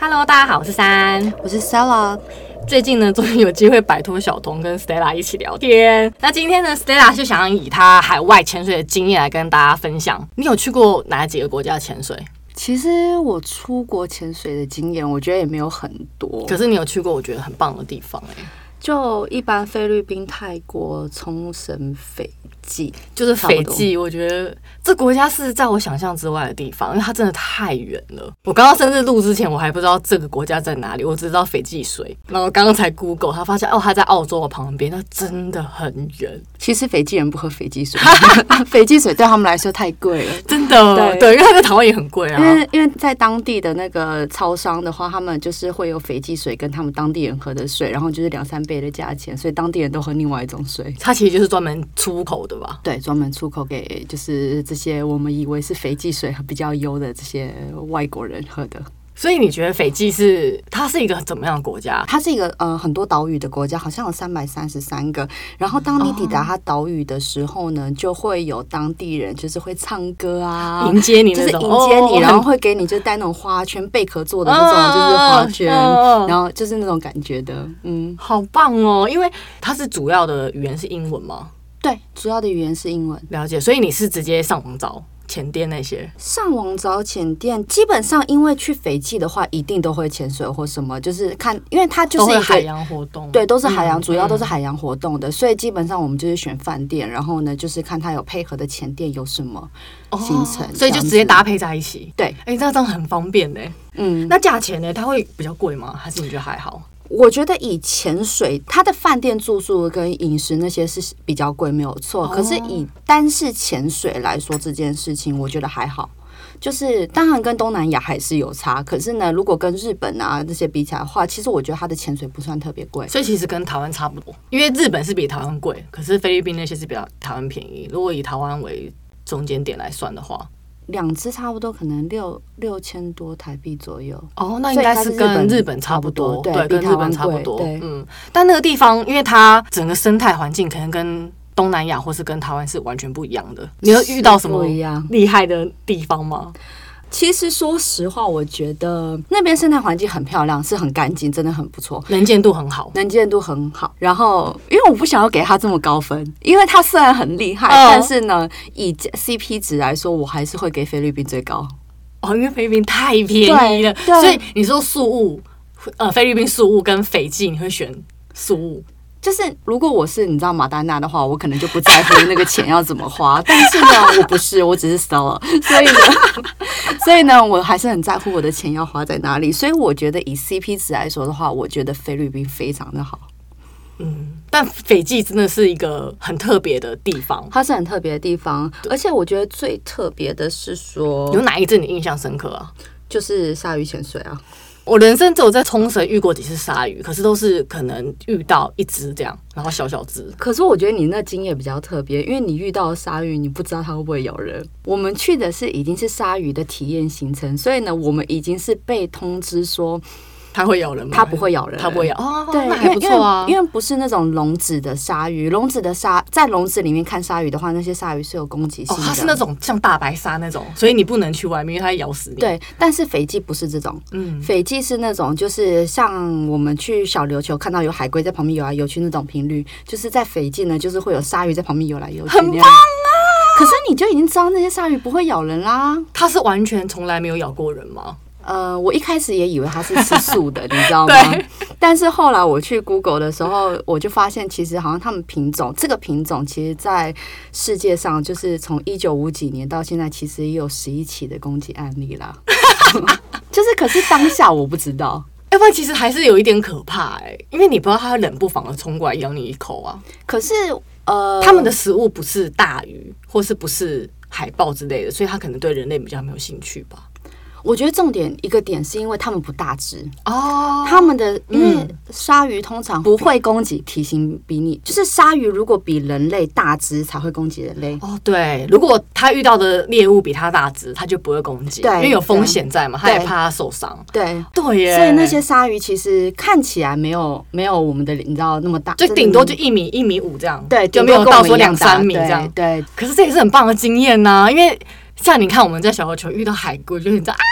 Hello，大家好，我是三。我是 Stella，最近呢，终于有机会摆脱小童跟 Stella 一起聊天。那今天呢，Stella 就想以她海外潜水的经验来跟大家分享。你有去过哪几个国家潜水？其实我出国潜水的经验，我觉得也没有很多，可是你有去过我觉得很棒的地方、欸，就一般菲律宾、泰国、冲绳、斐济，就是差不斐多济，我觉得这国家是在我想象之外的地方，因为它真的太远了。我刚刚甚至录之前，我还不知道这个国家在哪里，我只知道斐济水。然后刚刚才 Google，他发现哦，它在澳洲的旁边，那真的很远，其实斐济人不喝斐济 水，斐济水对他们来说太贵了。真的对对，因为它在台湾也很贵因啊。为因为在当地的那个超商的话，他们就是会有斐济水跟他们当地人喝的水，然后就是两三倍的价钱，所以当地人都喝另外一种水。它其实就是专门出口的吧？对，专门出口给就是这些我们以为是斐济水比较优的这些外国人喝的。所以你觉得斐济是它是一个怎么样的国家？它是一个呃很多岛屿的国家，好像有三百三十三个。然后当你抵达它岛屿的时候呢，就会有当地人就是会唱歌啊。迎接你就那是种，迎接你，哦然后会给你就带那种花圈，贝壳做的那嗯种，就是花嗯 圈，嗯然后就是那种感觉的，嗯，好棒哦！因为它是主要的语言是英文吗？对，主要的语言是英文。了解，所以你是直接上网找前店那些，上网找潜店，基本上因为去斐济的话，一定都会潜水或什么，就是看，因为它就都是会一海个洋活动，对，都是海洋，嗯主要都是海洋活动的，所以基本上我们就是选饭店，然后呢，就是看它有配合的前店有什么行程，嗯哦所以就直接搭。配在一起。对，哎、那这样很方便呢。嗯，那价钱呢？它会比较贵吗？还是你觉得还好？我觉得以潜水，它的饭店住宿跟饮食那些是比较贵，没有错。哦可是以单是潜水来说这件事情，我觉得还好。就是当然跟东南亚还是有差，可是呢，如果跟日本啊那些比起来的话，其实我觉得它的潜水不算特别贵。所以其实跟台湾差不多，因为日本是比台湾贵，可是菲律宾那些是比较台湾便宜。如果以台湾为中间点来算的话，两只差不多可能六六千多台币左右。哦，那应所以该它是是日跟本日本差不差多，不多对比跟台日本湾差不贵多，对嗯。但那个地方，因为它整个生态环境可能跟东南亚或是跟台湾是完全不一样的。你有遇到什么是不一样厉害的地方吗？其实说实话，我觉得那边生态环境很漂亮，是很干净，真的很不错。能见度很好，能见度很好，然后因为我不想要给他这么高分，因为他虽然很厉害，哦但是呢，以 CP 值来说，我还是会给菲律宾最高。哦，因为菲律宾太便宜了，对对所以你说宿务，呃，菲律宾宿务跟斐济，你会选宿务？就是如果我是你知道马丹娜的话，我可能就不在乎那个钱要怎么花，但是呢，我不是，我只是 Stella，所以呢， 所以呢，我还是很在乎我的钱要花在哪里。所以我觉得以 CP 值来说的话，我觉得菲律宾非常的好。但斐济真的是一个很特别的地方。它是很特别的地方，而且我觉得最特别的是说有，哪一阵你印象深刻啊？就是鲨鱼潜水啊，我人生只有在冲绳遇过几次鲨鱼，可是都是可能遇到一只这样，然后小小只。可是我觉得你那经验比较特别，因为你遇到鲨鱼，你不知道它会不会咬人。我们去的是已经是鲨鱼的体验行程，所以呢，我们已经是被通知说它会咬人吗？它不会咬人，它不会咬。哦，对，那因还为不因错啊为。因为不是那种笼子的鲨鱼，笼子的鲨在笼子里面看鲨鱼的话，那些鲨鱼是有攻击性哦，的。它是那种像大白鲨那种，所以你不能去外面，因为它会咬死你。，对，但是斐济不是这种，嗯，斐济是那种就是像我们去小琉球看到有海龟在旁边游来游去那种频率，就是在斐济呢，就是会有鲨鱼在旁边游来游去那样。啊可是你就已经知道那些鲨鱼不会咬人啦。它是完全从来没有咬过人吗？呃，我一开始也以为它是吃素的，你知道吗 对？但是后来我去 Google 的时候，我就发现其实好像他们品种这个品种，其实在世界上就是从一九五几年到现在，其实也有十一起的攻击案 例啦。就是，可是当下我不知道。哎要不然其实还是有一点可怕哎、因为你不知道它会冷不防的冲过来咬你一口啊。可是呃，他们的食物不是大鱼，或是不是海豹之类的，所以它可能对人类比较没有兴趣吧。我觉得重点一个点是因为他们不大只，哦他们的因为鲨鱼通常不会攻击，体型比你就是鲨鱼如果比人类大只才会攻击人类。哦，对，如果它遇到的猎物比它大只，它就不会攻击，对因为有风险在嘛，它对也怕它受伤。对，对耶，所以那些鲨鱼其实看起来没有没有我们的你知道那么大，就真的顶多就一米一米五这样，对，就顶没多有跟我到们说一样两大三米这样。对，对可是这也是很棒的经验呐、因为像你看我们在小琉球遇到海龟，就是你知道啊，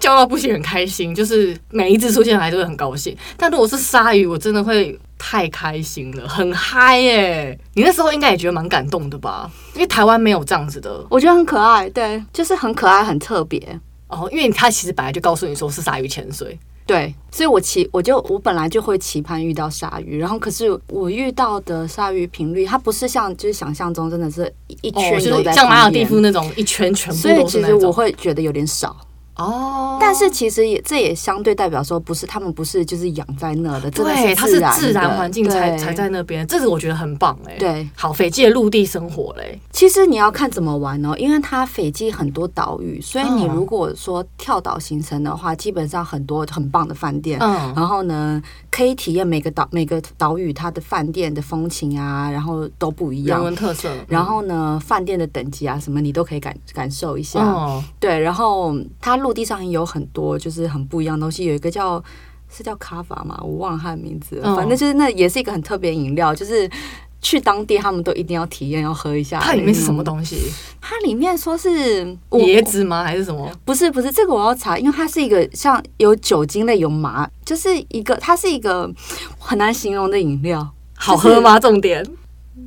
叫到不行，很开心，就是每一只出现来都会很高兴。但如果是鲨鱼，我真的会太开心了，很嗨耶、你那时候应该也觉得蛮感动的吧？因为台湾没有这样子的我觉得很可爱，对，就是很可爱，很特别，哦，因为他其实本来就告诉你说是鲨鱼潜水，对，所以我期我就我本来就会期盼遇到鲨鱼，然后可是我遇到的鲨鱼频率，它不是像就是想象中真的是一一哦，圈就游在是像马尔旁蒂边夫那种一圈全部所以都是其那实种。我会觉得有点少。哦，但是其实也这也相对代表说，不是他们不是就是养在那的，真的对，它自是然自然的环境才对才在那边，这是我觉得很棒哎、对。好，斐济的陆地生活嘞，其实你要看怎么玩哦，因为它斐济很多岛屿，所以你嗯如果说跳岛行程的话，基本上很多很棒的饭店。嗯，然后呢，可以体验每个岛每个岛屿它的饭店的风情啊，然后都不一人样。文特色，嗯然后呢，饭店的等级啊，什么你都可以感感受一下。哦，对，然后它陆地上也有很多就是很不一样的东西，有一个叫是叫卡法嘛，我忘了它的名字了，嗯反正就是那也是一个很特别饮料，就是。去当地，他们都一定要体验，要喝一下。嗯它里面是什么？东西？它里面说是嗯我椰，子吗？还是什么？不是不是，这个我要查，因为它是一个像有酒精类、有麻，就是一个它是一个很难形容的饮料，好喝吗？重点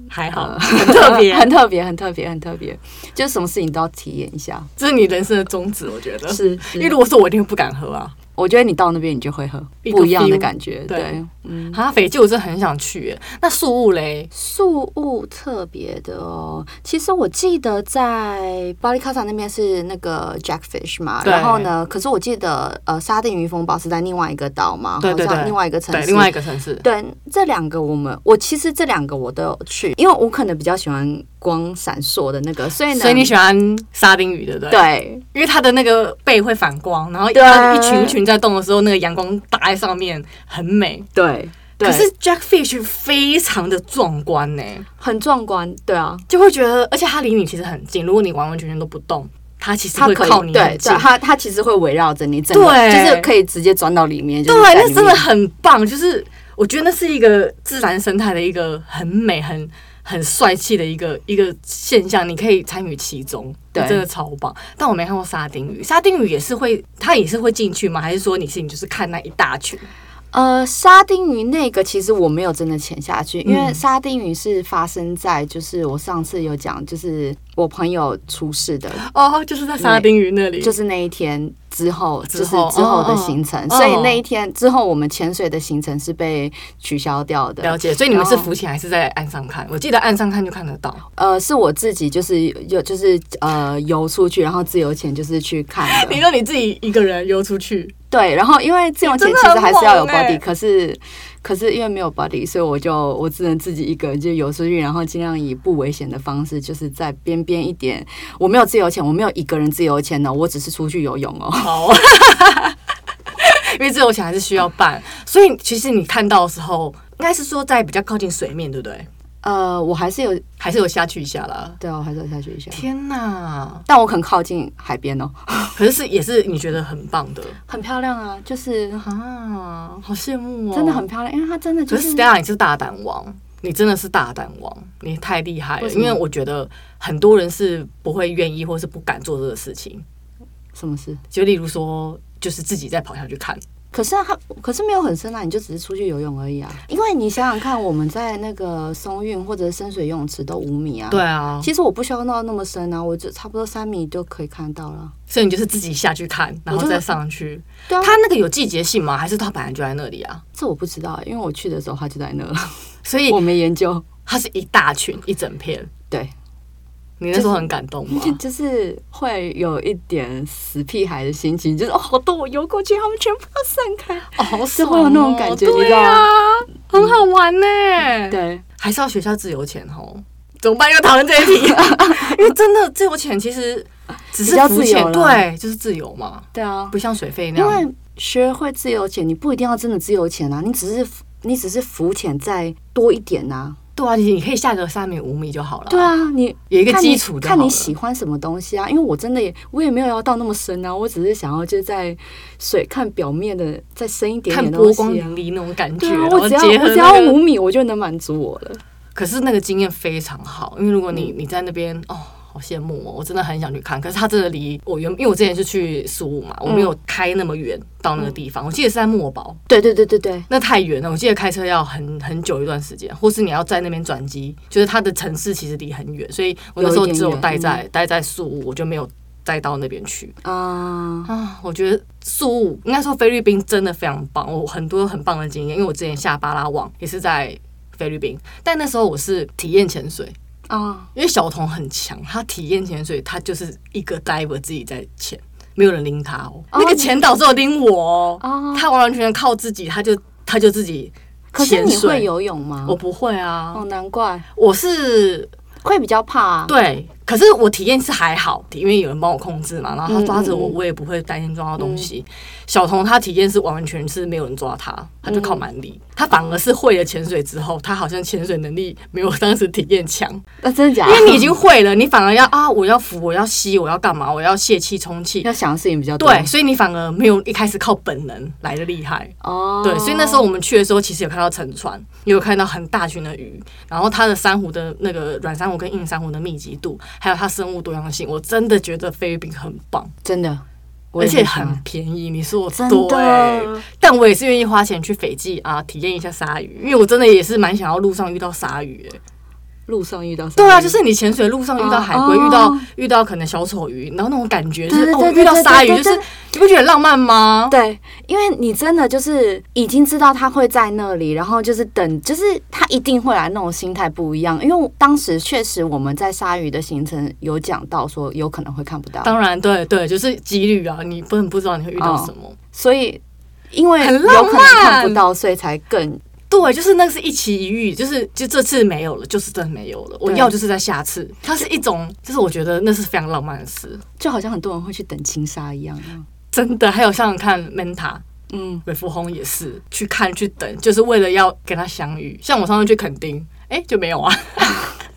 还好，很特别，嗯 很特别，很特别，很特别，就是什么事情都要体验一下。这是你人生的宗旨，我觉得。是，因是为如果是我，一定不敢喝啊！我觉得你到那边你就会喝，一个不一样的 feel，感觉。对对，嗯。啊，斐济我真的很想去耶。那宿雾嘞，宿雾特别的哦，其实我记得在巴黎卡萨那边是那个 Jackfish 嘛，对然后呢，可是我记得呃沙丁鱼风暴是在另外一个岛嘛，对对好像对另外一个城对，市，另外一个城市，对这两个我们我其实这两个我都有去，因为我可能比较喜欢光闪烁的那个，所以呢，所以你喜欢沙丁鱼，对不对？，对因为它的那个背会反光，然后对它一群一群在动的时候，那个阳光打在上面，很美。对对，可是 Jackfish 非常的壮观呢、很壮观，对啊，就会觉得，而且它离你其实很近。如果你完完全全都不动，它其实它会可以靠你对很近对，。它它其实会围绕着你整个，对就是可以直接钻到里面，就对，是在里那面真的很棒。就是我觉得那是一个自然生态的一个很美、很很帅气的一个一个现象，你可以参与其中，对真的超棒。但我没看过沙丁鱼，沙丁鱼也是会，它也是会进去吗？还是说你是你就是看那一大群？呃，沙丁鱼那个其实我没有真的潜下去，因为沙丁鱼是发生在就是我上次有讲，就是我朋友出事的，哦，就是在沙丁鱼那里，就是那一天之后，嗯之就是后之后哦的哦行程，哦所以那一天之后我们潜水的行程是被取消掉了的。解。所以你们是然后浮潜还是在岸上看？我记得岸上看就看得到。呃，是我自己就是有就是呃游出去，然后自由潜就是去看你 的。说你自己一个人游出去，对，然后因为自由潜你其真的实还是要有很猛欸 body，可是可是因为没有 body，所以我就我只能自己一个人就游出去，然后尽量以不危险的方式，就是在边边一点。我没有自由潜，我没有一个人自由潜的，我只是出去游泳哦。好， 因为自由潜还是需要办，所以其实你看到的时候，应该是说在比较靠近水面，对不对？呃，我还是有，还是有下去一下啦。对啊，我还是有下去一下，天哪！但我很靠近海边哦。可是是也是你觉得很棒的很漂亮啊，就是啊，好羡慕哦，真的很。漂亮，因为它真的就可是是 Stella，你是大胆王，你真的是大胆王，你太厉害为了。什因么为我觉得很多人是不会愿意或是不敢做这个事情，什么事？就例如说，就是自己再跑下去看。可是它可是没有很深啊，你就只是出去游泳而已啊。因为你想想看，我们在那个松韵或者深水游泳池都五米啊，对，啊，其实我不需要闹那么深啊，我就差不多三米就可以看到了。所以你就是自己下去看，然后我就再上去。对啊它那个有季节性吗？还是它本来就在那里啊？这我不知道，因为我去的时候它就在那 了，所以我没研究。它是一大群一整片。 对，你那时候很感动吗？就是会有一点死屁孩的心情，就是哦，好多我游过去，他们全部都散开。哦，好就爽会有那种感哦觉你知对道啊，很好玩呢、，嗯对，还是要学校自由潜哦。怎么办？又讨论这一 题，因为真的自由潜其实只是比较浮自由潜，啦对，就是自由嘛，对啊，不像水费那因样。为学会自由潜，你不一定要真的自由潜啊，你只是你只是浮潜再多一点呐、对啊，你你可以下个三米五米就好了。对，啊，你有一个看基你础就看好了你喜欢什么东西啊？因为我真的也我也没有要到那么深啊，我只是想要就在水看表面的再深一点看点波东光西、啊。粼粼那种感觉，对啊然，后我只要结合我只那要个五米，我就能满足我了。可是那个经验非常好，因为如果你你在那边哦，好羡慕哦！我真的很想去看，可是它真的离我原，因为我之前是去苏武嘛，我没有开那么远到那个地方，我记得是在墨宝，对对对对对，那太远了，我记得开车要很很久一段时间，或是你要在那边转机，就是它的城市其实离很远，所以我那时候只有待在待在宿务，我就没有再到那边去啊、啊。我觉得宿务应该说菲律宾真的非常棒，我很多很棒的经验，因为我之前下巴拉望也是在菲律宾，但那时候我是体验潜水。啊，因为小童很强，他体验潜水，他就是一个 diver 自己在潜，没有人拎他哦。哦那个前导只有拎我哦，哦他完完全全靠自己，他就他就自己可是潜你水。会游泳吗？我不会啊，哦，难怪我是会比较怕、啊。对，可是我体验是还好，因为有人帮我控制嘛，然后他抓着我，嗯嗯嗯嗯我也不会担心抓到东西。小童他体验是完完全是没有人抓他，他就靠蛮力，他反而是会了潜水之后，他好像潜水能力没有当时体验强。那、真的假的？因为你已经会了，你反而要啊，我要扶，我要吸，我要干嘛？我要泄气充气。要想的事情比较多。对，所以你反而没有一开始靠本能来的厉害。哦，对，所以那时候我们去的时候，其实有看到沉船，也有看到很大群的鱼，然后它的珊瑚的那个软珊瑚跟硬珊瑚的密集度，还有它生物多样性，我真的觉得菲律宾很棒，真的，我而也且喜欢很便宜。你说我真多欸的但我也是愿意花钱去斐济啊，体验一下鲨鱼，因为我真的也是蛮想要路上遇到鲨鱼、欸。路上遇到对啊，就是你潜水路上遇到哦海龟，嗯哦遇到遇到可能小丑鱼，然后那种感觉就是对对哦对，对遇到鲨鱼，对就对是对你不觉得很浪漫吗？对，因为你真的就是已经知道他会在那里，然后就是等，就是他一定会来，那种心态不一样。因为当时确实我们在鲨鱼的行程有讲到说有可能会看不到，当然，对对，就是几率啊，你不能不知道你会遇到什么。所以因为很有浪可能看漫不到，所以才更对，就是那是一期一遇，就是就这次没有了，就是真的没有了。我对要就是在下次，它是一种，就是我觉得那是非常浪漫的事，就好像很多人会去等青鲨一样。真的。还有像看 Menta 嗯，美福红也是去看去等，就是为了要跟他相遇。像我上次去垦丁，哎、就没有啊。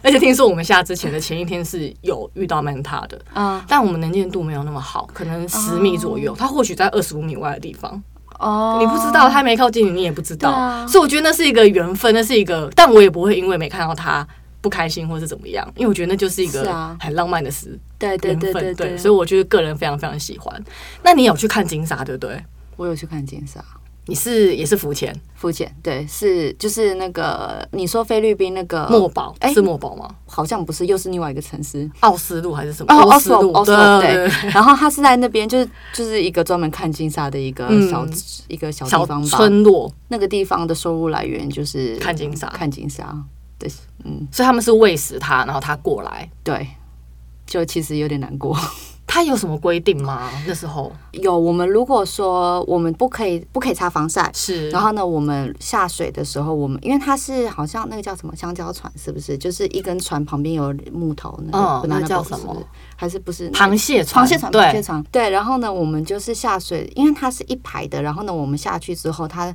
而且听说我们下之前的前一天是有遇到 Manta 的，啊、但我们能见度没有那么好，可能十米左右，它或许在二十五米外的地方，哦，你不知道，它没靠近你，你也不知道，对啊所以我觉得那是一个缘分，那是一个，但我也不会因为没看到它不开心或是怎么样，因为我觉得那就是一是个啊很浪漫的事，对对缘对分对对，对，所以我就是个人非常非常喜欢。那你有去看金沙对不对？我有去看金鲨。你是也是浮潜肤浅，对，是就是那个你说菲律宾那个墨宝，哎是墨宝吗？好像不是，又是另外一个城市 奥斯陆还是什么？哦，奥斯斯陆，陆，奥斯对陆对对对。然后他是在那边，就是就是一个专门看金沙的一个嗯小、一个小小地方吧。村落那个地方的收入来源就是看金沙，看金沙，对，嗯，所以他们是喂食它，然后它过来。对，就其实有点难过。 他有什么规定吗？那时候有我们如果说我们不可以不可以擦防晒，是然后呢，我们下水的时候，我们因为它是好像那个叫什么香蕉船，是不是？就是一根船旁边有木头那个嗯 banana boat，那叫是不什么是？还是不是那个螃蟹螃蟹船？螃蟹对，船。对，然后呢，我们就是下水，因为它是一排的，然后呢，我们下去之后，它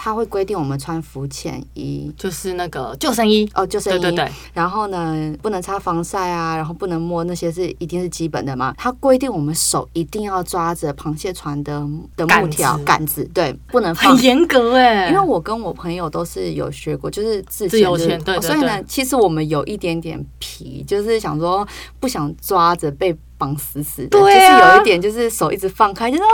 它会规定我们穿浮潜衣。就是那个救生衣。哦，救生对衣，对对，然后呢，不能擦防晒啊，然后不能摸那些是一定是基本的嘛。它规定我们手一定要抓着螃蟹船的的木杆条子杆子，对，不能 放很严格哎、因为我跟我朋友都是有学过，就是自自由潜潜的对哦对所以呢对，其实我们有一点点皮，就是想说不想抓着被绑死死的，对啊就是有一点就是手一直放开，就是啊，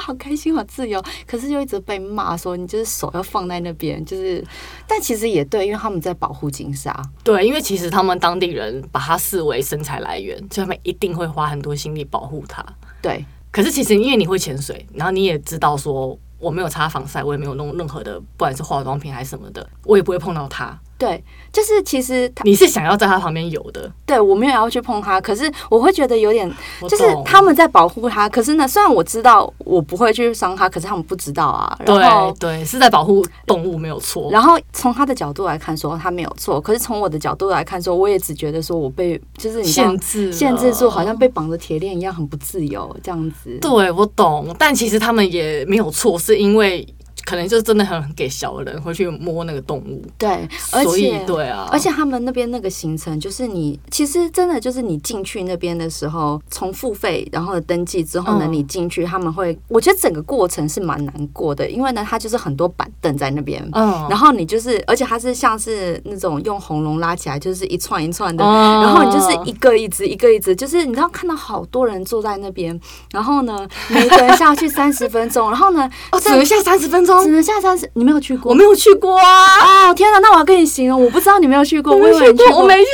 好开心，好自由。可是又一直被骂说你就是手要放在那边，就是，但其实也对，因为他们在保护金鲨，对，因为其实他们当地人把它视为生财来源，所以他们一定会花很多心力保护它。对可是其实因为你会潜水，然后你也知道说我没有擦防晒，我也没有弄任何的，不管是化妆品还是什么的，我也不会碰到它。对，就是其实他你是想要在它旁边游的，对我没有要去碰它，可是我会觉得有点我就是懂他们在保护它，可是呢，虽然我知道我不会去伤它，可是他们不知道啊，然后对。对是在保护动物没有错。然后从他的角度来看说他没有错，可是从我的角度来看说，我也只觉得说我被就是你知道限制限制住，了好像被绑着铁链一样，很不自由这样子。对，我懂，但其实他们也没有错，是因为可能就真的很给小人会去摸那个动物，对，而所以且对啊，而且他们那边那个行程，就是你其实真的就是你进去那边的时候，从付费然后登记之后呢，嗯你进去他们会，我觉得整个过程是蛮难过的，因为呢，它就是很多板凳在那边。嗯，然后你就是，而且它是像是那种用红龙拉起来，就是一串一串的，哦然后你就是一个一只，一个一只，就是你知道看到好多人坐在那边，然后呢，每一个人下去三十分钟，然后呢， 哦，只能下三十分只钟，能下三十，你没有去过我？没有去过啊，哦，天哪！那我要跟你形容，我不知哦道你没有去过，我以为你去我没去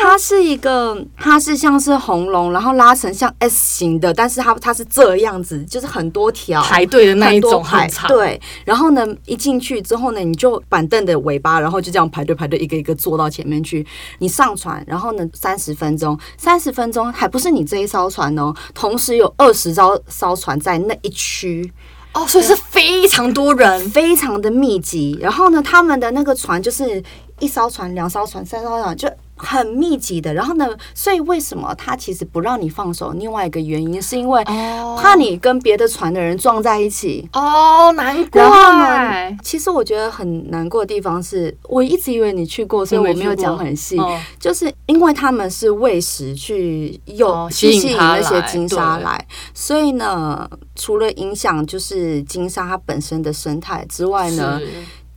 它是一个，它是像是红龙，然后拉成像 S 型的，但是它它是这样子，就是很多条过，排队的那一很多种排很长，对，然后呢，一进去之后呢，你就板凳的尾巴，然后就这样排队排队，一个一个坐到前面去。你上船，然后呢，三十分钟，三十分钟还不是你这一艘船哦，同时有二十艘艘船在那一区。哦，所以是非常多人，非常的密集。然后呢，他们的那个船就是一艘船、两艘船、三艘船，就很密集的。然后呢，所以为什么他其实不让你放手？另外一个原因是因为哦怕你跟别的船的人撞在一起。哦，难然后呢怪，，其实我觉得很难过的地方是，我一直以为你去过，所以我没有讲很细。哦就是因为他们是喂食去诱、哦去吸引吸引它那些来金鲨对来，所以呢，除了影响就是金鲨它本身的生态之外呢，哦是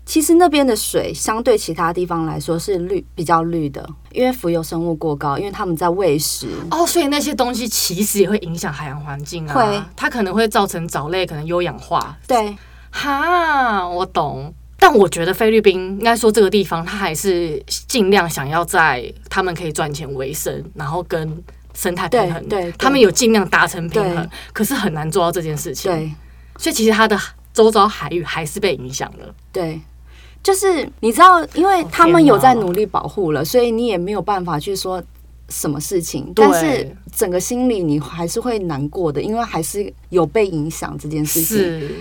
其实那边的水相对其他地方来说是绿比较绿的，因为浮游生物过高，因为他们在喂食。哦，所以那些东西其实也会影响海洋环境啊，会它可能会造成藻类可能优氧化。对，哈，我懂。但我觉得菲律宾应该说这个地方，它还是尽量想要在他们可以赚钱为生，然后跟生态平衡。对对对他们有尽量达成平衡对，可是很难做到这件事情。对，所以其实它的周遭海域还是被影响了。对。就是你知道，因为他们有在哦天哪努力保护了，所以你也没有办法去说什么事情。对但是整个心里你还是会难过的，因为还是有被影响这件事情。是，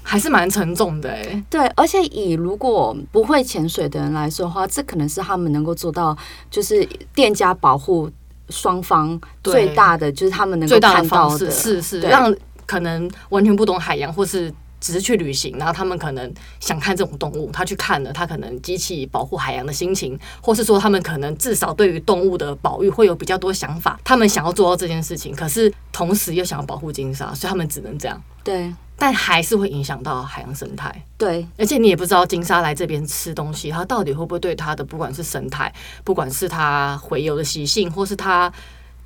还是蛮沉重的哎、对，而且以如果不会潜水的人来说的话，这可能是他们能够做到，就是店家保护双方对最大的，就是他们能够最大看的方到式是是对让可能完全不懂海洋或是。只是去旅行，然后他们可能想看这种动物，他去看了，他可能激起保护海洋的心情，或是说他们可能至少对于动物的保育会有比较多想法，他们想要做到这件事情，可是同时又想要保护金鲨，所以他们只能这样，对但还是会影响到海洋生态。对而且你也不知道金鲨来这边吃东西，它到底会不会对它的不管是生态，不管是它洄游的习性，或是它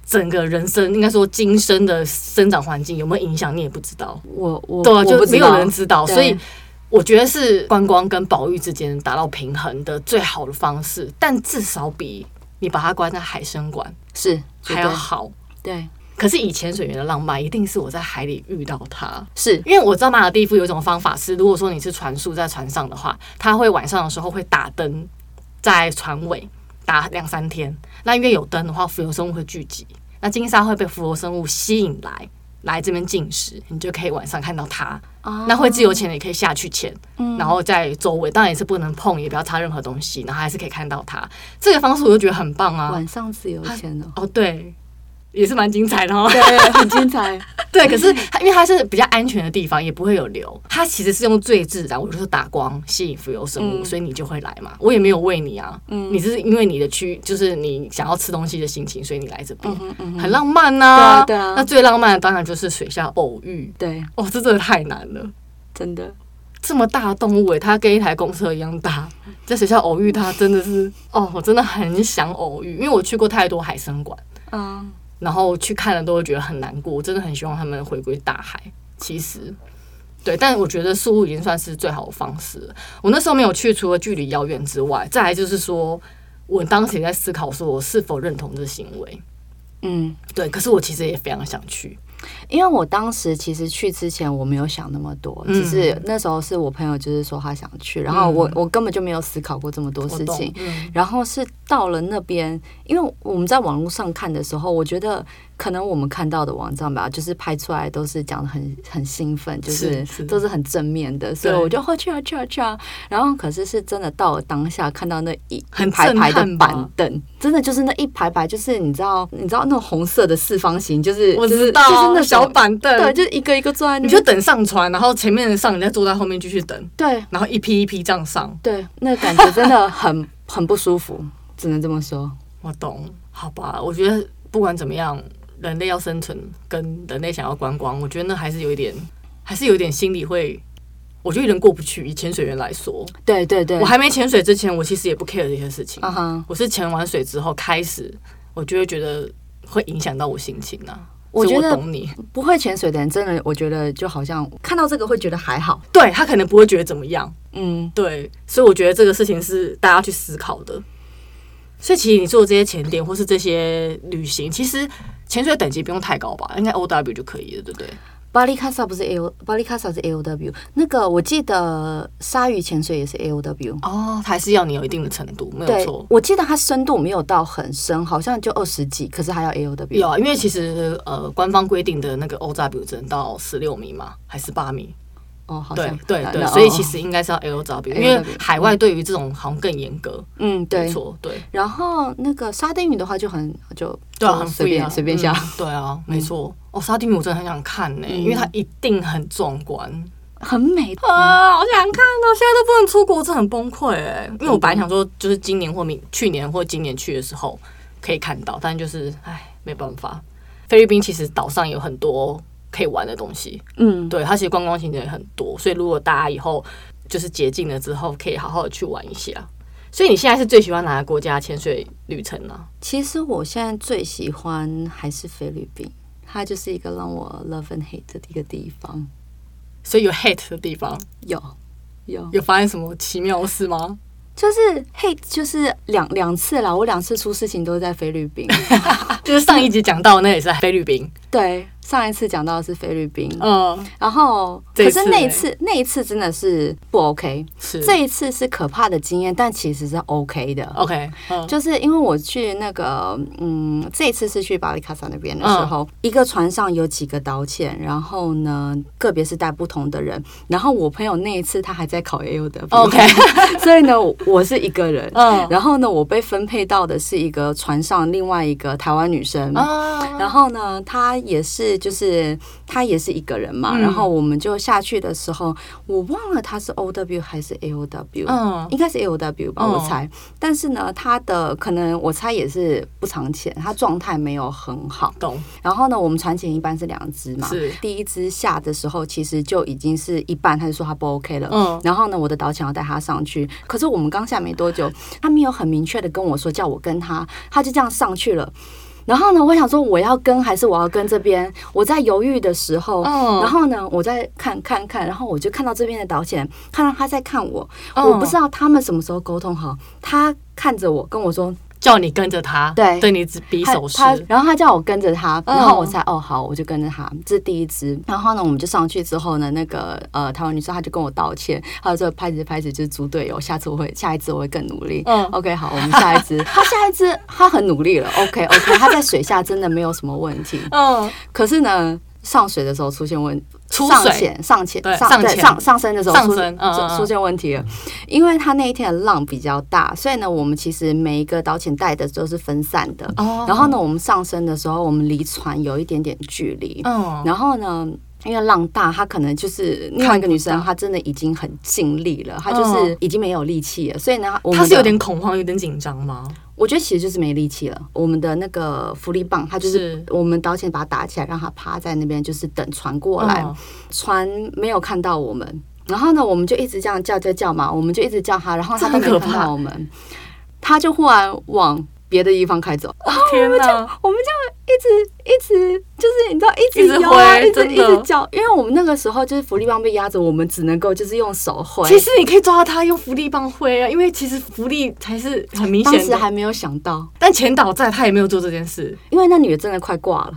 整个人生应该说今生的生长环境有没有影响，你也不知道。我我对啊，哦我不就知没有道人知道，对所以我觉得是观光跟保育之间达到平衡的最好的方式，但至少比你把它关在海参馆是还要好。对对可是以潜水员的浪漫，一定是我在海里遇到它。是因为我知道马尔蒂夫有一种方法是，如果说你是船速在船上的话，它会晚上的时候会打灯，在船尾打两三天。那因为有灯的话，浮游生物会聚集，那金鲨会被浮游生物吸引来。来这边进食，你就可以晚上看到它。啊那会自由潜的也可以下去潜，嗯然后在周围当然也是不能碰，也不要擦任何东西，然后还是可以看到它。这个方式我就觉得很棒啊！晚上自由潜哦，哦，对，也是蛮精彩的哦。对，很精彩。对，可嗯是它因为它是比较安全的地方，也不会有流。它其实是用最自然，我就是打光吸引浮游生物，嗯所以你就会来嘛。我也没有喂你啊，嗯你是因为你的区，就是你想要吃东西的心情，所以你来这边， 嗯嗯，很浪漫呐、对啊对啊那最浪漫的当然就是水下偶遇。对，哦，这真的太难了。真的这么大的动物诶、欸它跟一台公车一样大，在学校偶遇它真的是哦，我真的很想偶遇，因为我去过太多海参馆，嗯。然后去看了都会觉得很难过。我真的很希望他们回归大海。其实，对，但我觉得树屋已经算是最好的方式了。我那时候没有去，除了距离遥远之外，再来就是说，我当时也在思考，说我是否认同这行为。嗯，对，可是我其实也非常想去。因为我当时其实去之前我没有想那么多，嗯只是那时候是我朋友就是说他想去，然后我我根本就没有思考过这么多我事懂情，。嗯然后是到了那边，因为我们在网络上看的时候，我觉得可能我们看到的网站吧，就是拍出来都是讲的很很兴奋，就是是是都是很正面的，所以我就哦去啊去啊去啊。然后可是是真的到了当下，看到那一很一排排的震撼吧板凳，真的就是那一排排，就是你知道你知道那种红色的四方形，就是啊我就知是道就是那小板凳，对，就是一个一个坐在那你边，就等上船，然后前面的上，你再坐在后面继续等，对然后一批一批这样上。对，那个感觉真的很 很不舒服，只能这么说。我懂，好吧，我觉得不管怎么样，人类要生存跟人类想要观光，我觉得那还是有一点，还是有一点心里会，我觉得有点过不去。以潜水员来说，对对对，我还没潜水之前，我其实也不 care 这些事情。啊哈，我是潜完水之后开始，我就会觉得会影响到我心情啊。我所以觉我得懂你，不会潜水的人真的，我觉得就好像看到这个会觉得还好，对他可能不会觉得怎么样，嗯，对，所以我觉得这个事情是大家去思考的。所以其实你做这些潜点或是这些旅行，其实潜水等级不用太高吧，应该 O W 就可以了，对不对？巴利卡萨不是 A O，巴利卡萨是 A O W。那个我记得鲨鱼潜水也是 A O W。哦，还是要你有一定的程度，没有对错，。我记得它深度没有到很深，好像就二十几，可是还要 A O W。有啊，因为其实呃，官方规定的那个 O W 只能到十六米嘛，还是八米？哦，好对像对那对，那所以哦其实应该是要 L W， LW 因为海外对于这种好像更严格，嗯没对。错，对然后那个沙丁鱼的话就很就对啊，就很随便随便下，嗯对啊，没错。哦，沙丁鱼我真的很想看呢，因为它一定很壮观很美。啊，好想看哦！现在都不能出国，我真的很崩溃哎。因为我本来想说，就是今年或明去年或今年去的时候可以看到，但就是唉，没办法。菲律宾其实岛上有很多可以玩的东西，嗯，对，它其实观光景点也很多，所以如果大家以后就是解禁了之后，可以好好的去玩一下。所以你现在是最喜欢哪个国家潜水旅程呢、其实我现在最喜欢还是菲律宾，它就是一个让我 love and hate 的一个地方。所以有 hate 的地方，有有。有发现什么奇妙的事吗？就是 hate 就是两两次啦，我两次出事情都是在菲律 宾。啊就是上一集讲到那也是菲律宾，对，上一次讲到的是菲律宾，嗯，然后这一可次是那一嘞次那一次真的是不 OK，是这一次是可怕的经验，但其实是 OK 的。 OK，嗯，就是因为我去那个，嗯，这一次是去巴里卡萨那边的时嗯候，一个船上有几个导潜，然后呢，个别是带不同的人。然后我朋友那一次他还在考 A O 的 OK 所以呢，我我是一个人。嗯然后呢，我被分配到的是一个船上另外一个台湾女生。啊，然后呢，她也是，就是她也是一个人嘛。嗯然后我们就下去的时候，我忘了她是 O W 还是 A O W。嗯应该是 A O W 吧，嗯我猜。但是呢，他的可能我猜也是不常潜，他状态没有很好。懂然后呢，我们船潜一般是两只嘛，是第一只下的时候其实就已经是一半，他就说他不 OK 了。嗯然后呢，我的导潜要带他上去，可是我们刚下没多久，他没有很明确的跟我说叫我跟他，他就这样上去了。然后呢，我想说我要跟还是我要跟这边，我在犹豫的时候，嗯然后呢，我在看看看，然后我就看到这边的导潜，看到他在看我，嗯我不知道他们什么时候沟通好，他看着我跟我说叫你跟着他，对对你比他手势，他，然后他叫我跟着他，嗯然后我才、哦好，我就跟着他，这是第一只。然后呢，我们就上去之后呢，那个呃台湾女生她就跟我道歉，她就说拍子拍子就是猪队友，下次我会下一次我会更努力。嗯 OK，好，我们 下一只，她下一只她很努力了。OK OK，她在水下真的没有什么问题，嗯，可是呢。上水的时候出现问，出上水潜上潜对上上对潜上上升的时候上出升嗯嗯嗯出现问题了，因为他那一天的浪比较大，所以呢，我们其实每一个导潜带的都是分散的，哦然后呢，我们上升的时候，我们离船有一点点距离。嗯，然后呢，因为浪大，她可能就是另外一个女生，到她真的已经很尽力了，她就是已经没有力气了。所以呢，我们他是的有，点恐慌，有点紧张吗？我觉得其实就是没力气了。我们的那个浮力棒，它就是是我们导潜把它打起来，让她趴在那边，就是等船过来。哦嗯船没有看到我们，然后呢，我们就一直这样叫叫叫嘛，我们就一直叫她，然后这她都没很可有看怕到我 们，她就忽然往别的地方 开走。天哪！哦我们就一直一直就是你知道一直一直摇啊，挥一直真一的直叫，因为我们那个时候就是福利棒被压着，我们只能够就是用手挥。其实你可以抓到他用浮力棒挥啊，因为其实浮力才是很明当显时的。还没有想到，但前导在，他也没有做这件事，因为那女的真的快挂了，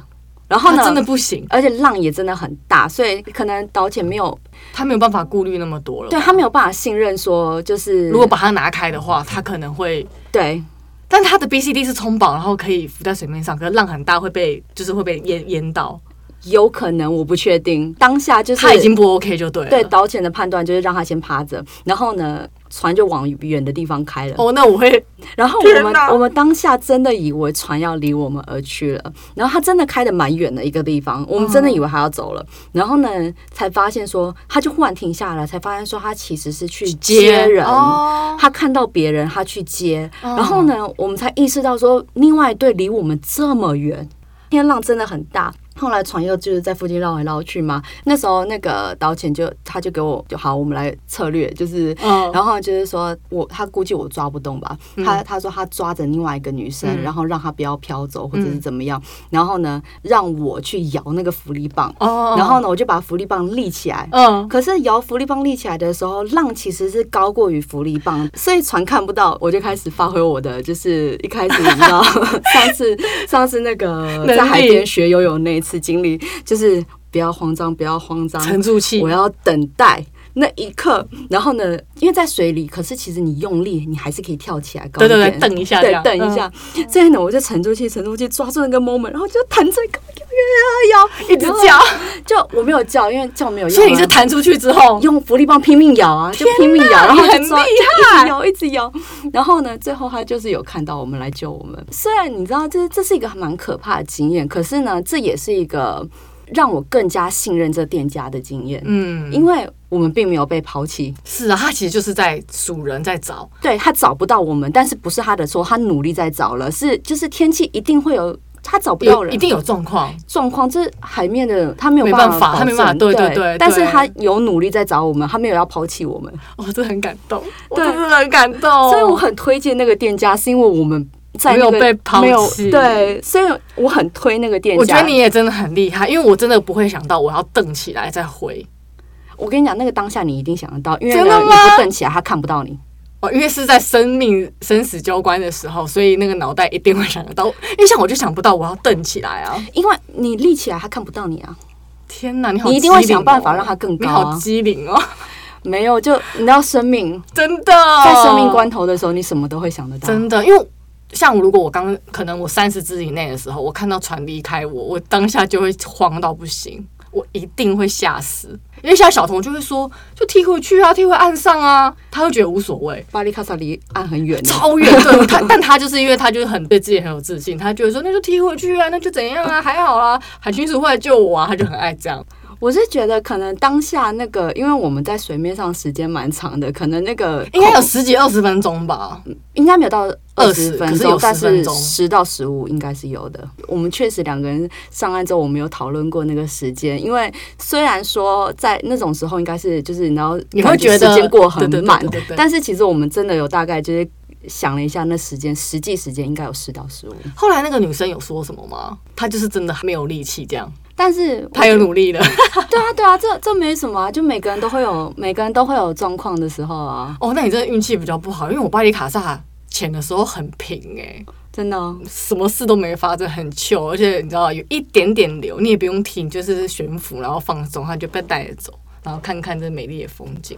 然后他呢，真的不行，而且浪也真的很大，所以可能导潜没有他没有办法顾虑那么多了。对他没有办法信任说就是如果把它拿开的话，他可能会，对但他的 B C D 是冲绑，然后可以浮在水面上，可是浪很大，会被就是会被淹淹到，有可能我不确定，当下就是他已经不 OK 就对了。对，导潜的判断就是让他先趴着，然后呢，船就往远的地方开了。哦，那我会然后我天们哪我们当下真的以为船要离我们而去了，然后它真的开的蛮远的一个地方，我们真的以为它要走了，然后呢才发现说它就忽然停下来，才发现说它其实是去接人。哦，他看到别人，他去接，嗯然后呢，我们才意识到说，另外一队离我们这么远，天浪真的很大。后来船又就是在附近绕来绕去嘛，那时候那个导潜就他就给我就好，我们来策略，就是嗯然后就是说我他估计我抓不动吧，他他说他抓着另外一个女生，嗯然后让她不要飘走或者是怎么样，然后呢让我去摇那个浮力棒，哦，然后呢我就把浮力棒立起来，嗯，可是摇浮力棒立起来的时候，浪其实是高过于浮力棒，所以船看不到，我就开始发挥我的，就是一开始你知 道，上次上次那个能力在海边学游泳那一次经历，就是不要慌张，不要慌张，沉住气我，要等待。那一刻，然后呢？因为在水里，可是其实你用力，你还是可以跳起来高对一对点。对，等一下这对样，，嗯等一下。这样呢，我就沉出去，沉出去，抓住那个 moment，然后就弹最高，摇摇摇，一直叫，就我没有叫，因为叫没有用啊。所以你是弹出去之后，用浮力棒拼命咬啊，就拼命咬，然后哦你就很抓，厉就一直 咬，一直咬。然后呢，最后他就是有看到我们来救我们。虽然你知道这这是一个蛮可怕的经验，可是呢，这也是一个让我更加信任这店家的经验，嗯，因为我们并没有被抛弃。是啊，他其实就是在数人，在找，对他找不到我们，但是不是他的错，他努力在找了，是就是天气一定会有。他找不到有人，一定有状况，状况，这海面的他没有没办办法保他没办法证对对对但是对他有努力在找我们，他没有要抛弃我们。哦，真的很感动，我对真的很感动，所以我很推荐那个店家，是因为我们在、那哦没有个、被抛没有弃对，所以我很推那个店家。我觉得你，也真的很厉害，因为我真的不会想到我要瞪起来再回，我跟你讲，那个当下你一定想得到，因为呢真的你吗不瞪起来，他看不到你。哦，因为是在生命生死交关的时候，所以那个脑袋一定会想得到，因为像我就想不到我要瞪起来啊！因为你立起来，他看不到你啊！天哪，你好、哦你一定会想办法让它更高啊你好机灵哦，没有，就你知道，生命真的，在生命关头的时候，你什么都会想得到。真的，因为像如果我刚可能我三十只以内的时候，我看到船离开我，我当下就会慌到不行，我一定会吓死。因为现在小童就会说，就踢回去啊，踢回岸上啊，他会觉得无所谓。巴黎卡萨离岸很远呢， 超远，对他，但他就是因为他就是很对自己很有自信，他就会说那就踢回去啊，那就怎样啊，还好啊， 海巡署会来救我啊，他就很爱这样。我是觉得可能当下那个，因为我们在水面上时间蛮长的，可能那个应该有十几二十分钟吧，应该没有到二20十分可是有钟，但10分是钟十到十五应该是有的。我们确实两个人上岸之后，我们有讨论过那个时间，因为虽然说在那种时候应该是就是你要你会觉得时间过很对对慢对对对对，但是其实我们真的有大概就是想了一下，那时间实际时间应该有十到十五，后来那个女生有说什么吗？她就是真的没有力气这样，但是她有努力了。对啊对啊，这这没什么啊，就每个人都会有每个人都会有状况的时候啊，哦，那你真的运气比较不好，因为我巴黎卡萨潜的时候很平哎、真的哦、什么事都没发生，很 chill，而且你知道有一点点流，你也不用听，就是悬浮，然后放松，它就被带着走，然后看看这美丽的风景。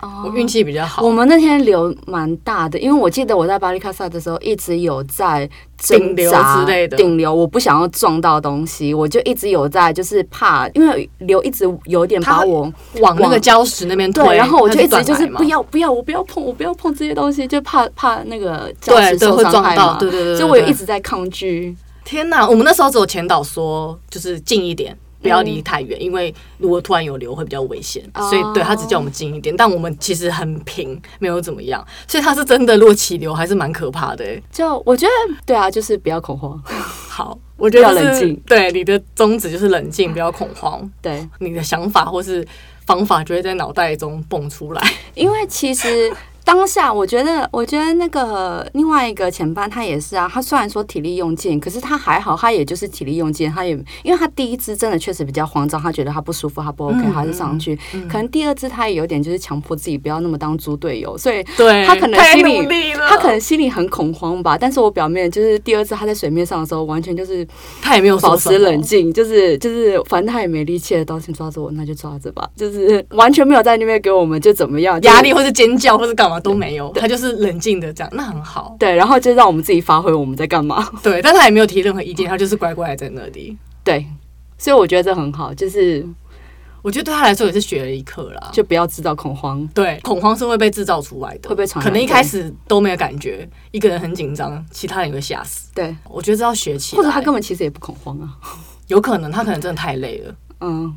哦我运气比较好，我们那天流蛮大的，因为我记得我在巴黎卡萨的时候，一直有在顶流挣扎之类的顶流，我不想要撞到东西，我就一直有在，就是怕，因为流一直有点它把会我往那个礁石那边推，对，然后我就一它直就是断奶嘛不要不要，我不要碰，我不要碰这些东西，就怕怕那个礁对石对受会伤害撞到，嘛。对对对，所以我有对一直在抗拒。天哪！我们那时候只有前导说，就是近一点，不要离太远，因为如果突然有流会比较危险，哦所以对他只叫我们近一点，但我们其实很平，没有怎么样，所以他是真的落起流还是蛮可怕的、欸。就我觉得，对啊，就是不要恐慌。好，我觉得、要冷静，对你的宗旨就是冷静，不要恐慌，对，你的想法或是方法就会在脑袋中蹦出来。 因为其实当下，我觉得，我觉得那个另外一个前班他也是啊，他虽然说体力用尽，可是他还好，他也就是体力用尽，他也因为他第一只真的确实比较慌张，他觉得他不舒服，他不 OK，、嗯他就上去。可能第二只他也有点就是强迫自己不要那么当猪队友，所以对他可能太心努力里了他可能心里很恐慌吧。但是我表面就是第二次他在水面上的时候，完全就是他也没有说保什么持冷嗯静，就是就是，反正他也没力气了，道歉抓着我，那就抓着吧，就是完全没有在那边给我们就怎么样就是啊压力或是尖叫或是干嘛都没有，他就是冷静的这样，那很好。对，然后就让我们自己发挥我们在干嘛。 对，但他也没有提任何意见，他就是乖乖地在那里。对，所以我觉得这很好，就是我觉得对他来说也是学了一课啦。就不要制造恐慌。对，恐慌是会被制造出来的，会被传染可能一开始都没有感觉，一个人很紧张，其他人也会吓死。对，我觉得这要学起来，或者他根本其实也不恐慌啊。有可能他可能真的太累了，嗯，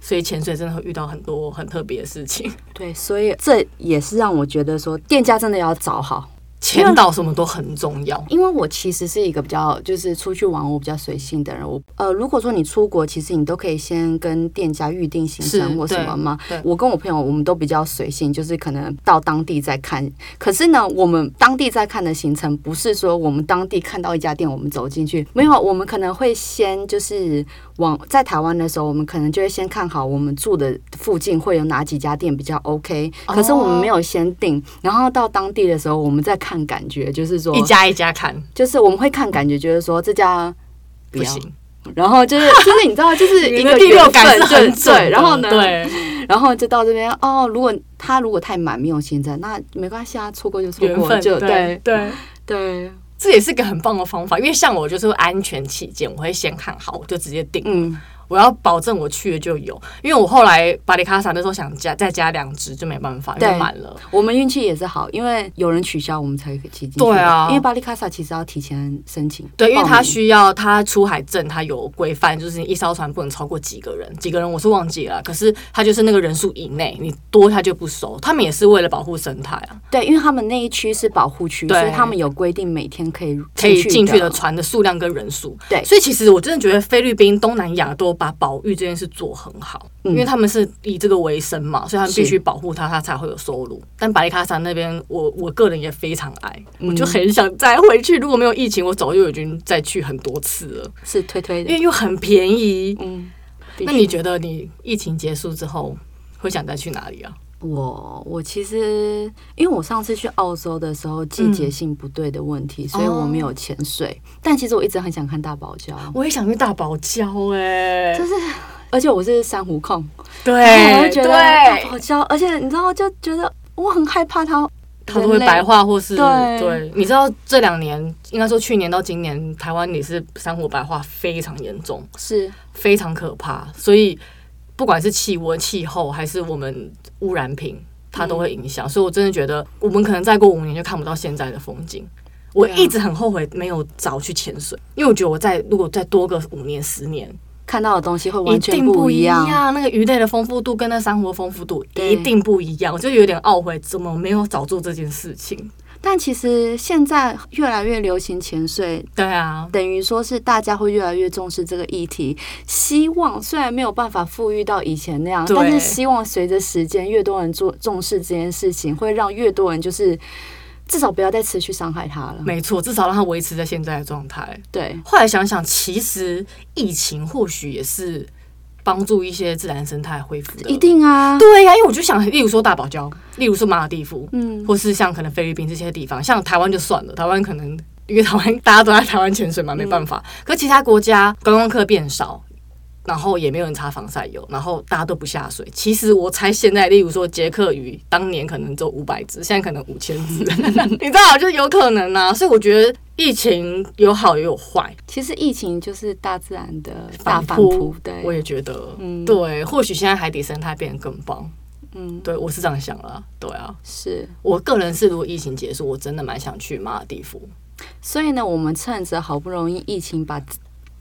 所以潜水真的会遇到很多很特别的事情， 对，所以这也是让我觉得说，店家真的要找好。前导什么都很重要。因为我其实是一个比较就是出去玩我比较随性的人，我呃，如果说你出国，其实你都可以先跟店家预定行程是或什么嘛对对。我跟我朋友我们都比较随性，就是可能到当地再看。可是呢，我们当地在看的行程，不是说我们当地看到一家店我们走进去，没有，啊我们可能会先就是往在台湾的时候，我们可能就会先看好我们住的附近会有哪几家店比较 OK，可哦是我们没有先定，然后到当地的时候，我们再看感觉，就是说一家一家看就是我们会看感觉，觉得说这家不不要，行，然后就是就是你知道，就是一 你个的第六缘感分是就很准的对，然后呢，对，然后就到这边哦。如果他如果太满没有行程，那没关系啊，错过就错缘过，分就对对对。对，这也是个很棒的方法，因为像我就是会安全起见，我会先看好，我就直接订。嗯，我要保证我去了就有，因为我后来巴黎卡萨那时候想加再加两只就没办法，因为对满了。我们运气也是好，因为有人取消，我们才可以进去。对啊因为巴黎卡萨其实要提前申请，对，因为报他名需要他出海证，他有规范，就是你一艘船不能超过几个人，几个人我是忘记了啊，可是他就是那个人数以内，你多他就不收。他们也是为了保护生态啊，对，因为他们那一区是保护区，对所以他们有规定每天可以可以进去去的船的数量跟人数。对所以其实我真的觉得菲律宾、东南亚都把保育这件事做很好，嗯因为他们是以这个为生嘛，所以他们是必须保护它，它才会有收入。但巴黎卡山那边，我我个人也非常爱，我就很想再回去。如果没有疫情，我早就已经再去很多次了，是推推因的，为又很便宜。嗯。那你觉得你疫情结束之后会想再去哪里啊？我我其实因为我上次去澳洲的时候嗯季节性不对的问题，所以我没哦有潜水。但其实我一直很想看大堡 礁，我也想去大堡礁哎、就是而且我是珊瑚控，然后我对就觉得大哎对，堡礁，而且你知道就觉得我很害怕它，它都会白化或是对你知道这两年，应该说去年到今年，台湾也是珊瑚白化非常严重，是非常可怕，所以不管是气温、气候还是我们污染品，它都会影响。所以我真的觉得，我们可能再过五年就看不到现在的风景。我对啊一直很后悔没有早去潜水，因为我觉得我再如果再多个五年、十年，看到的东西会一完全定不一样。那个鱼类的丰富度跟那珊瑚的丰富度对一定不一样。我就有点懊悔，怎么没有早做这件事情？但其实现在越来越流行潜水，对啊，等于说是大家会越来越重视这个议题，希望虽然没有办法富裕到以前那样，对但是希望随着时间，越多人做重视这件事情，会让越多人就是至少不要再持续伤害它了。没错，至少让它维持在现在的状态。对，后来想想，其实疫情或许也是帮助一些自然生态恢复的。一定啊，对呀、因为我就想，例如说大堡礁，例如说马尔地夫，嗯，或是像可能菲律宾这些地方，像台湾就算了，台湾可能因为台湾大家都在台湾潜嗯水嘛，没办法。可其他国家观光客变少，然后也没有人擦防晒油，然后大家都不下水。其实我猜现在，例如说捷克鱼，当年可能只有五百只，现在可能五千 只，你知道，就有可能啊。所以我觉得疫情有好也有坏，其实疫情就是大自然的大反反扑扑，，对，我也觉得，嗯对，或许现在海底生态变得更棒，嗯对我是这样想啦，对啊。是。我个人是，如果疫情结束，我真的蛮想去马尔地夫。所以呢，我们趁着好不容易疫情把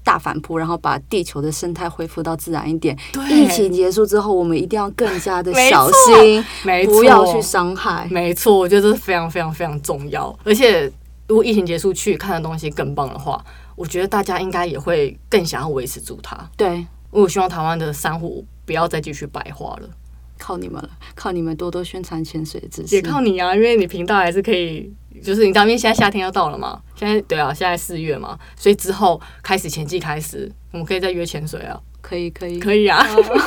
大反扑，然后把地球的生态恢复到自然一点。对疫情结束之后，我们一定要更加的没小错心，没错，不要去伤害。没错，我觉得这是非常非常非常重要。而且，如果疫情结束去看的东西更棒的话，我觉得大家应该也会更想要维持住它。对，因为我希望台湾的珊瑚不要再继续白化了，靠你们了，靠你们多多宣传潜水知识。也靠你啊，因为你频道还是可以。就是你知道，因为现在夏天要到了嘛，现在对啊，现在四月嘛，所以之后开始前季开始，我们可以再约潜水 啊。可以可以，可以啊，嗯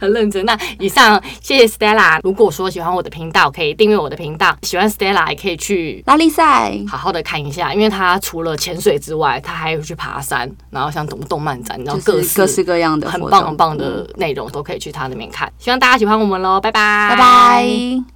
很认真。那以上谢谢 Stella。如果说喜欢我的频道，可以订阅我的频道。喜欢 Stella 也可以去拉力赛好好的看一下，因为她除了潜水之外，她还有去爬山，然后像什么动漫展，然后各就是各式各样的活很动嗯棒很棒的内容都可以去她那边看。希望大家喜欢我们喽，拜拜，拜拜。